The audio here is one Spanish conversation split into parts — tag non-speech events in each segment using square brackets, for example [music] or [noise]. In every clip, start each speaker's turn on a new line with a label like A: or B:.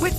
A: With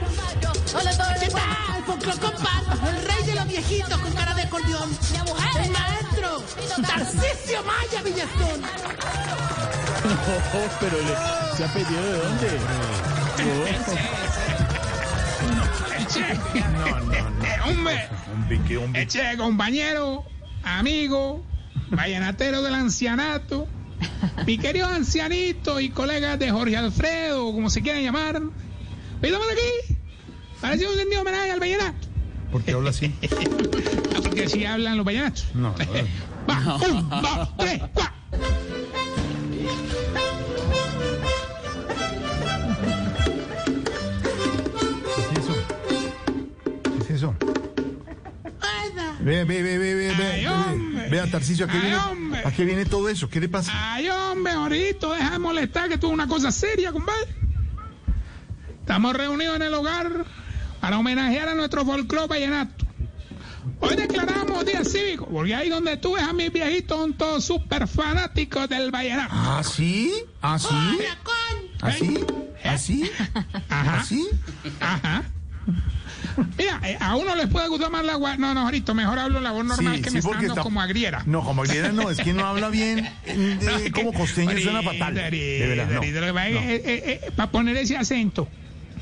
B: ¿Qué tal? El folclor compás, el rey de los viejitos con cara de acordeón. El maestro, Tarcisio Maya Villastón.
C: Pero le- se ha pedido de dónde.
D: Che, hombre, che, compañero, amigo, vallenatero del ancianato, mi querido ancianito y colegas de Jorge Alfredo, como se quieran llamar, pidamos aquí, para hacer un sentido homenaje al vallenato,
C: ¿Por qué habla así?
D: [laughs] Ah, porque así hablan los vallenatos.
C: No, no.
D: [laughs] Va, un, dos, tres, cuatro.
C: ¿Qué es eso? ¿Qué es eso? Ve, ve, ve, ve, ve,
D: Ay,
C: ve.
D: hombre.
C: Vea, Tarcicio, ¿a qué,
D: Ay,
C: viene,
D: hombre.
C: ¿a qué viene todo eso? ¿Qué le pasa?
D: Ay, hombre, Jorito, deja de molestar, que esto es una cosa seria, compadre. Estamos reunidos en el hogar para homenajear a nuestro folclore vallenato. Hoy declaramos día cívico, porque ahí donde tú ves a mis viejitos son todos súper fanáticos del vallenato.
C: ¿Ah, sí? ¿Ah, sí? ¿Ah, ¿Así? ¿Así?
D: Ajá,
C: ¿Así?
D: ajá. Mira, eh, a uno les puede gustar más la voz... No, no, Jorito, mejor hablo en la voz normal que me está dando como agriera. [laughs]
C: No, como agriera no, es que no habla bien. eh, eh, como costeño suena fatal. De verdad, no,
D: eh.
C: no.
D: Para poner ese acento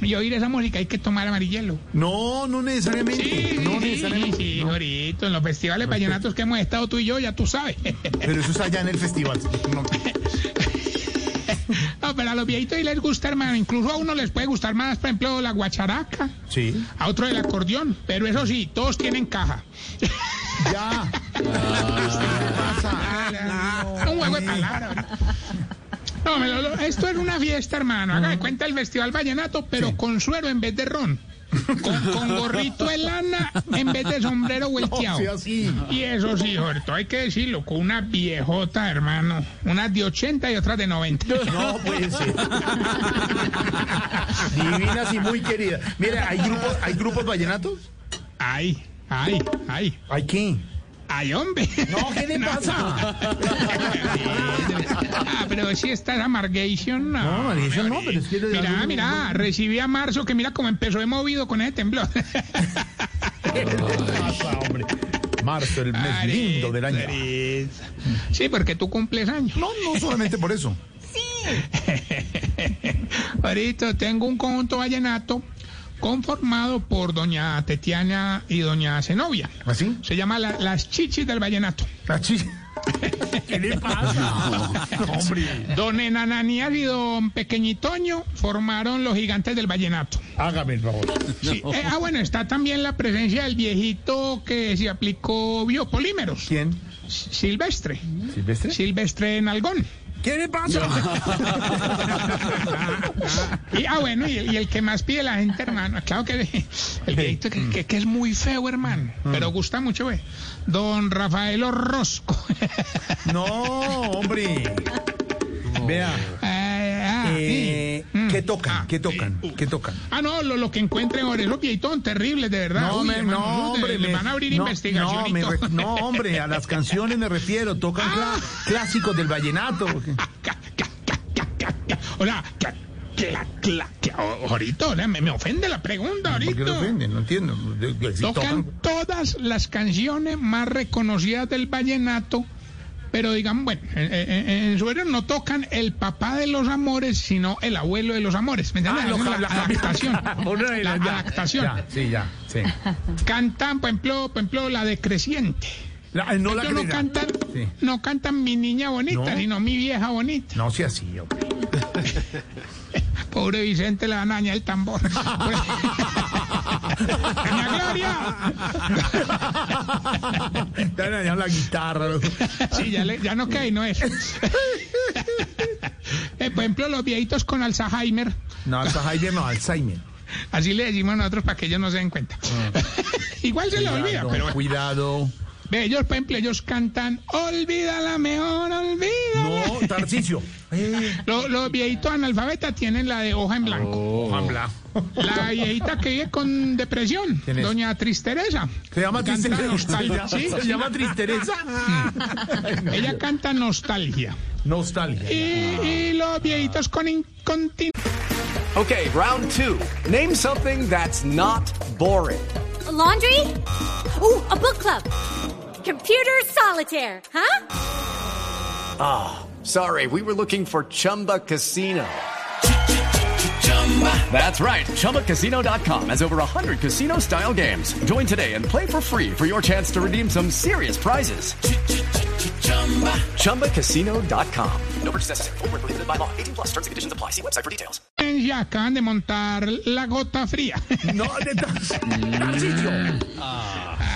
D: y oír esa música hay que tomar amarillelo.
C: No, no necesariamente.
D: Sí,
C: no
D: sí, sí,
C: necesariamente.
D: sí,
C: no.
D: Jorito, en los festivales vallenatos que hemos estado tú y yo, ya
C: [laughs]
D: tú sabes.
C: Pero eso es allá en el festival. No.
D: No, pero a los viejitos y les gusta, hermano. Incluso a uno les puede gustar más, por ejemplo, la guacharaca,
C: Sí.
D: a otro el acordeón. Pero eso sí, todos tienen caja. [laughs]
C: Ya. Ah, ¿Qué pasa?
D: Un juego de palabras. ¿verdad? No, me lo- lo- esto era una fiesta, hermano. Haga de cuenta el festival vallenato, pero con suero en vez de
C: [laughs]
D: ron. Con, con gorrito de lana en vez de sombrero
C: No
D: vuelteado.
C: sea Oh, así.
D: Y eso sí, Jorito, hay que decirlo, con una viejota, hermano. Unas de 80 y otras de 90.
C: No puede ser. Divinas y muy queridas. Mira, ¿hay grupos, ¿hay grupos vallenatos?
D: Ay, ay, ay,
C: ¿Hay qué?
D: ay, hombre.
C: No, ¿qué le
D: [laughs]
C: pasa?
D: ah, pero si esta es Amargation. No,
C: No, Amargation no, pero es que-
D: Mirá, mirá, recibí a Marzo que mira cómo empezó he movido con ese temblor.
C: pasa, ah, hombre? Marzo, el mes
D: [laughs]
C: lindo del año.
D: Aritz. Sí, porque tú cumples años.
C: No, no solamente por eso.
D: [laughs] Ahorita tengo un conjunto vallenato conformado por doña Tetiana y doña Zenobia.
C: ¿Así?
D: Se llama la- Las Chichis del Vallenato.
C: La
D: [laughs]
C: chi- ¿Qué le pasa? No, hombre.
D: Don Enananías y don Pequeñitoño formaron los gigantes del vallenato.
C: Hágame el favor.
D: Sí. Eh, ah, bueno, está también la presencia del viejito que se aplicó biopolímeros,
C: ¿Quién?
D: Silvestre.
C: ¿Silvestre?
D: Silvestre Nalgón.
C: ¿Qué le pasa?
D: Y, ah, bueno, y, el- y el que más pide la gente, hermano. Claro que el viejito que, que- que es muy feo, hermano.
C: Mm.
D: Pero gusta mucho, ve. Don Rafael Orozco.
C: No,
D: [laughs]
C: hombre. Vea.
D: Ah, ah,
C: eh,
D: sí. Mm.
C: ¿Qué tocan?
D: Ah,
C: ¿Qué
D: sí.
C: tocan?
D: Uh.
C: ¿Qué tocan?
D: Ah, no, lo, lo que encuentren ahora es los viejitos terribles, de verdad.
C: No,
D: Uy,
C: me-
D: hermano,
C: no,
D: le-
C: hombre,
D: le
C: me-
D: van a abrir
C: no,
D: investigación
C: No,
D: y
C: me
D: todo. Ah.
C: re- no, hombre, a las canciones me refiero, tocan cla- clásicos del vallenato. porque-
D: [laughs] Ca, ca, ca, ca, ca, ca. Hola, ca, cla, cla, cla. O- Jorito, hola, me, me ofende la pregunta,
C: ¿Por qué
D: ahorita.
C: lo ofenden? No entiendo. De- de- si
D: Tocan todas las canciones más reconocidas del vallenato, pero digan, bueno, en, en- en su versión no tocan el papá de los amores, sino el abuelo de los amores. ¿Me entiendes?
C: Ah, lo
D: Hacen
C: que
D: la
C: habla-
D: adaptación.
C: [laughs] Bueno, ya,
D: La
C: ya,
D: adaptación.
C: ya, sí, ya, sí.
D: Cantan, por ejemplo, por ejemplo, la decreciente.
C: La- eh, no la
D: Ellos no
C: creen.
D: cantan,
C: Sí.
D: no cantan mi niña bonita,
C: No.
D: sino mi vieja bonita.
C: No sea así, hombre.
D: Pobre Vicente la van a dañar
C: [laughs]
D: el tambor. [laughs] ¡Doña Gloria!
C: [laughs] Están allá la guitarra. los-
D: Sí, ya, le- ya no cae,
C: [laughs]
D: no es. Eh, por ejemplo, los viejitos con Alzheimer.
C: No, Alzheimer no, Alzheimer.
D: Así le decimos nosotros para que ellos no se den cuenta.
C: Ah.
D: [laughs] Igual se les olvida, pero bueno.
C: Cuidado.
D: Ve, ellos, por ejemplo, ellos cantan, olvídala mejor, olvídala. [laughs]
C: No, Eh, Tarcicio.
D: Los, los viejitos analfabetas tienen la de hoja en blanco.
C: Juan Blas.
D: La viejita que vive con depresión,
C: Oh. es?
D: doña Tristereza.
C: Se llama
D: Canta
C: Tristereza. Se
D: nostalgia.
C: llama-
D: Sí,
C: [laughs] Se
D: sí,
C: llama Tristereza.
D: ella canta nostalgia. Y,
C: Nostalgia.
D: y los viejitos con incontinencia.
E: Okay, round two. Name something that's not boring.
F: laundry? Ooh, a book club. Computer solitaire, huh?
E: Sorry, we were looking for Chumba Casino. That's right. ChumbaCasino.com has over 100 casino style games. Join today and play for free for your chance to redeem some serious prizes. ChumbaCasino.com. No purchase necessary. Void where prohibited by law. 18 plus terms and conditions apply. See website for details.
D: Acaban de montar la gota fría.
C: No, de Tar- Tarcicio.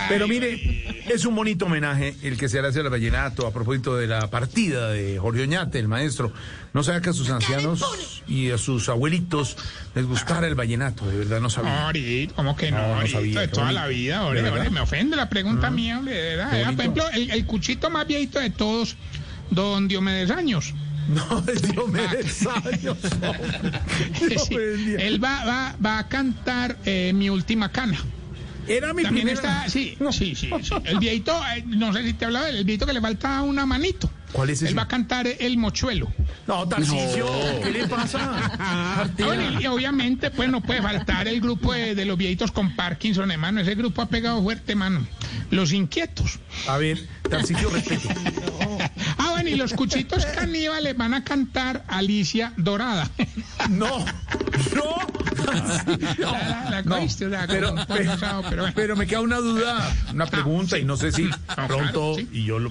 C: Pero mire, es un bonito homenaje el que se le hace al vallenato a propósito de la partida de Jorge Oñate, el maestro. No sabía que a sus ancianos y a sus abuelitos les gustara el vallenato, de verdad, no sabía.
D: Ori, ¿cómo que no?
C: No, no
D: Ori?
C: sabía,
D: de
C: qué
D: toda
C: bonito.
D: la vida, Ori,
C: ¿De verdad? Ah,
D: Ori, me ofende la pregunta mía, hombre, de verdad. Era, por
C: bonito.
D: ejemplo, el, el cuchito más viejito de todos, don Diomedes Años.
C: [laughs] No, Dios me desaños. pues, Dios
D: [laughs] Sí,
C: me bendiga.
D: Él va, va, va a cantar eh, Mi Última Cana.
C: [laughs] Era mi
D: También
C: primera-
D: está, sí,
C: No.
D: sí, sí, sí. El viejito, eh, no sé si te hablaba, el viejito que le falta una manito.
C: ¿Cuál es ese?
D: Él va a cantar El Mochuelo. Ah,
C: No, Tarcicio, ¿qué le pasa?
D: Bueno, y obviamente, pues no puede faltar el grupo de, de los viejitos con Parkinson, hermano. Ese grupo ha pegado fuerte, hermano. Los inquietos.
C: A ver, Tarcicio, respeto.
D: Ah, bueno, y los cuchitos caníbales van a cantar Alicia Dorada. [laughs]
C: No, no, Tarcicio.
D: La- la
C: No,
D: cogiste, la-
C: pero,
D: con-
C: pero,
D: con- pero bueno.
C: pero me queda una duda, una pregunta, y no sé
D: [laughs]
C: si
D: Ah, claro,
C: pronto
D: sí.
C: y yo lo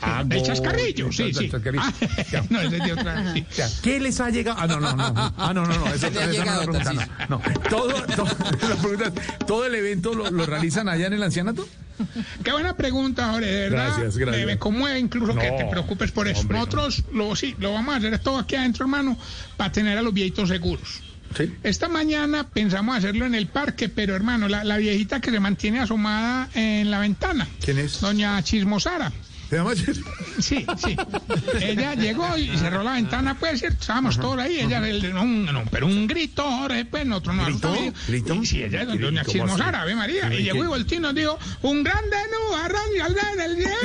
C: hago.
D: El chascarrillo, sí,
C: El
D: sí.
C: chascarrillo.
D: Ah, [laughs] no, ese es de otra. sí.
C: O sea, ¿Qué les ha llegado? Ah, no, no, no. Ah, no, no, no.
D: [laughs]
C: Eso,
G: le ha
C: esa no es la
G: llegado,
C: pregunta, no. no. Todo, todo, [laughs] la pregunta es, ¿todo el evento lo, lo realizan allá en el ancianato?
D: Qué buena pregunta, Jorge, de verdad.
C: Gracias, gracias.
D: Me, me conmueve incluso que
C: No,
D: te preocupes por eso.
C: hombre, no.
D: Nosotros lo, sí, lo vamos a hacer todo aquí adentro, hermano, para tener a los viejitos seguros.
C: Sí.
D: Esta mañana pensamos hacerlo en el parque, pero hermano, la, la viejita que se mantiene asomada en la ventana.
C: ¿Quién es?
D: Doña Chismosara.
C: ¿Te llamas?
D: Sí, sí. Ella llegó y cerró la ventana, pues, ¿cierto? Estábamos todos ahí. Ella, el- no, un- no, pero un grito, Jorge, pues, nosotros no
C: ¿Gritó?
D: asustamos.
C: ¿Gritó?
D: Y sí, ella,
C: ¿Qué
D: doña
C: grito,
D: Chismosara,
C: Marcelo?
D: Ave María.
C: ¿Qué-
D: Y llegó
C: qué?
D: y volteó y nos dijo, un grande nubarrón y al ver el cielo.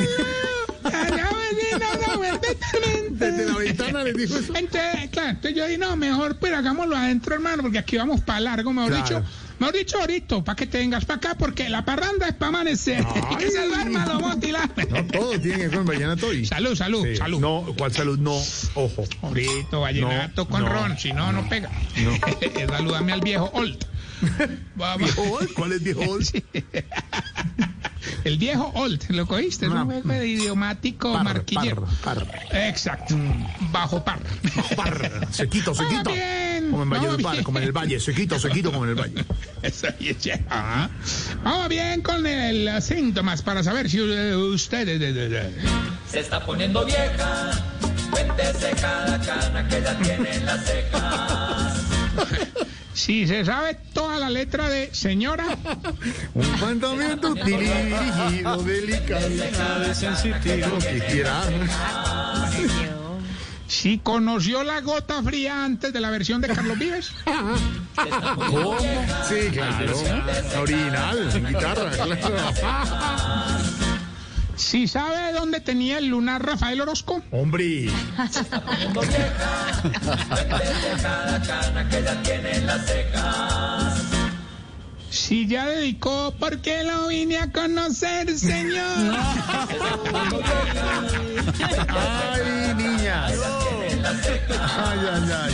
D: allá vecino, no, perfectamente.
C: Desde la ventana les dijo eso.
D: Entonces, claro, entonces yo dije, no, mejor pues hagámoslo adentro, hermano, porque aquí vamos para largo, mejor
C: Claro.
D: dicho. Mejor dicho, ahorita, para que te vengas para acá, porque la parranda es para amanecer. Hay [laughs] que
C: Ay.
D: salvarme a los motilas.
C: No, todo tiene que ver con el vallenato y...
D: Salud, salud,
C: Sí.
D: salud.
C: No, ¿cuál salud? No, ojo.
D: Ahorita, vallenato
C: No,
D: con
C: no,
D: ron, si no, no, pega. [laughs] Eh, Salúdame al viejo Old. Vamos.
C: ¿Viejo Old? ¿Cuál es viejo Old?
D: El viejo Old, ¿lo cogiste? Es
C: No.
D: un juego de
C: mm.
D: idiomático
C: Par,
D: marquillero.
C: par,
D: Exacto.
C: Mm.
D: Bajo par. [laughs]
C: Par, sequito, sequito.
D: Vamos bien,
C: Como en Valle
D: vamos
C: del Par,
D: bien.
C: como en el Valle, sequito, sequito, como en el Valle.
D: Eso bien, che. Ajá. Ah. Vamos bien con el, los síntomas para saber si eh, ustedes... de- de- de-
G: Se está poniendo vieja. Cuéntese cada cana que ya tiene en la ceja.
D: [laughs] Si se sabe toda la letra de señora...
C: Un mandamiento dirigido, delicado, sensitivo, que quiera.
D: Si conoció la gota fría antes de la versión de Carlos Vives...
C: ¿Cómo? Sí, claro. Original, en guitarra, [laughs] claro.
D: Si sabe dónde tenía el lunar Rafael Orozco,
C: Hombre,
D: si ya dedicó, ¿por qué lo vine a conocer, señor?
C: ay, niñas. Ay, ay, ay.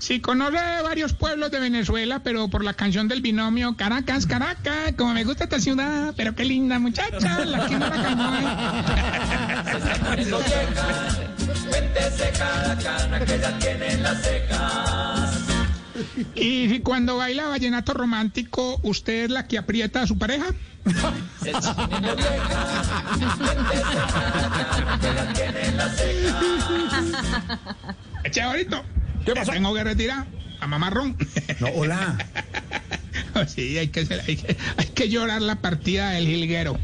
D: Si conoce varios pueblos de Venezuela, pero por la canción del binomio Caracas, Caracas, como me gusta esta ciudad, pero qué linda muchacha, la que no la ganó.
G: Cuéntese cada cana que ya tiene en la ceja.
D: Y si cuando baila vallenato romántico, ¿usted es la que aprieta a su pareja?
G: Se está poniendo vieja.
D: Che, ahorita, ¿Qué pasó? Tengo que retirar. a mamarrón.
C: No, hola.
D: [laughs] sí, hay que, ser- hay que- hay que llorar la partida del jilguero.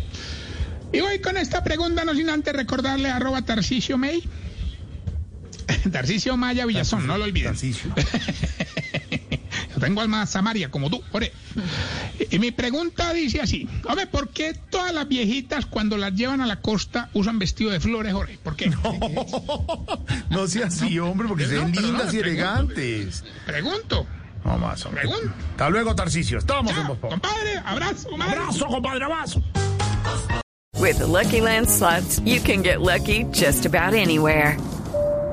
D: Y voy con esta pregunta, no sin antes recordarle arroba Tarcicio May. [laughs] Tarcicio Maya Villazón, no lo olviden. Yo tengo alma samaria como tú, ore. Y, y mi pregunta dice así, hombre, ¿por qué todas las viejitas cuando las llevan a la costa usan vestido de flores, ore? ¿Por qué?
C: No, [laughs] no sea así, hombre, porque se ven
D: No, perdón,
C: lindas y
D: pregunto.
C: elegantes.
D: Pregunto.
C: No más, hombre.
D: Pregunto.
C: Hasta luego, Tarcicio. Estamos en Voz Populi.
D: Compadre, abrazo, compadre.
C: Abrazo, compadre, abrazo.
A: With the Lucky Land slots, you can get lucky just about anywhere.